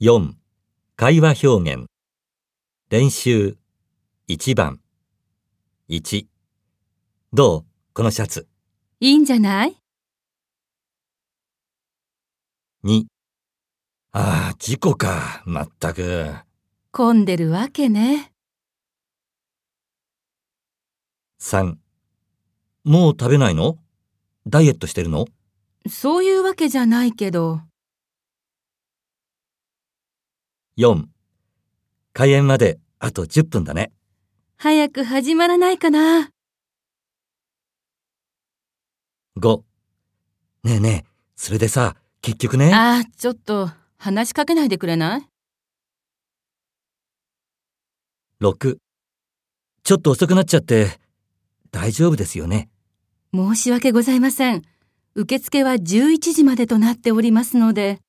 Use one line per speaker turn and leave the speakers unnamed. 4. 会話表現。練習。1番。1. どうこのシャツ。
いいんじゃない
2. ああ、事故か。まったく。
混んでるわけね。
3. もう食べないのダイエットしてるの
そういうわけじゃないけど、
?4. 開演まであと10分だね。
早く始まらないかな。
5. ねえねえ、それでさ、結局ね。
ああ、ちょっと話しかけないでくれない
6. ちょっと遅くなっちゃって、大丈夫ですよね。
申し訳ございません。受付は11時までとなっておりますので。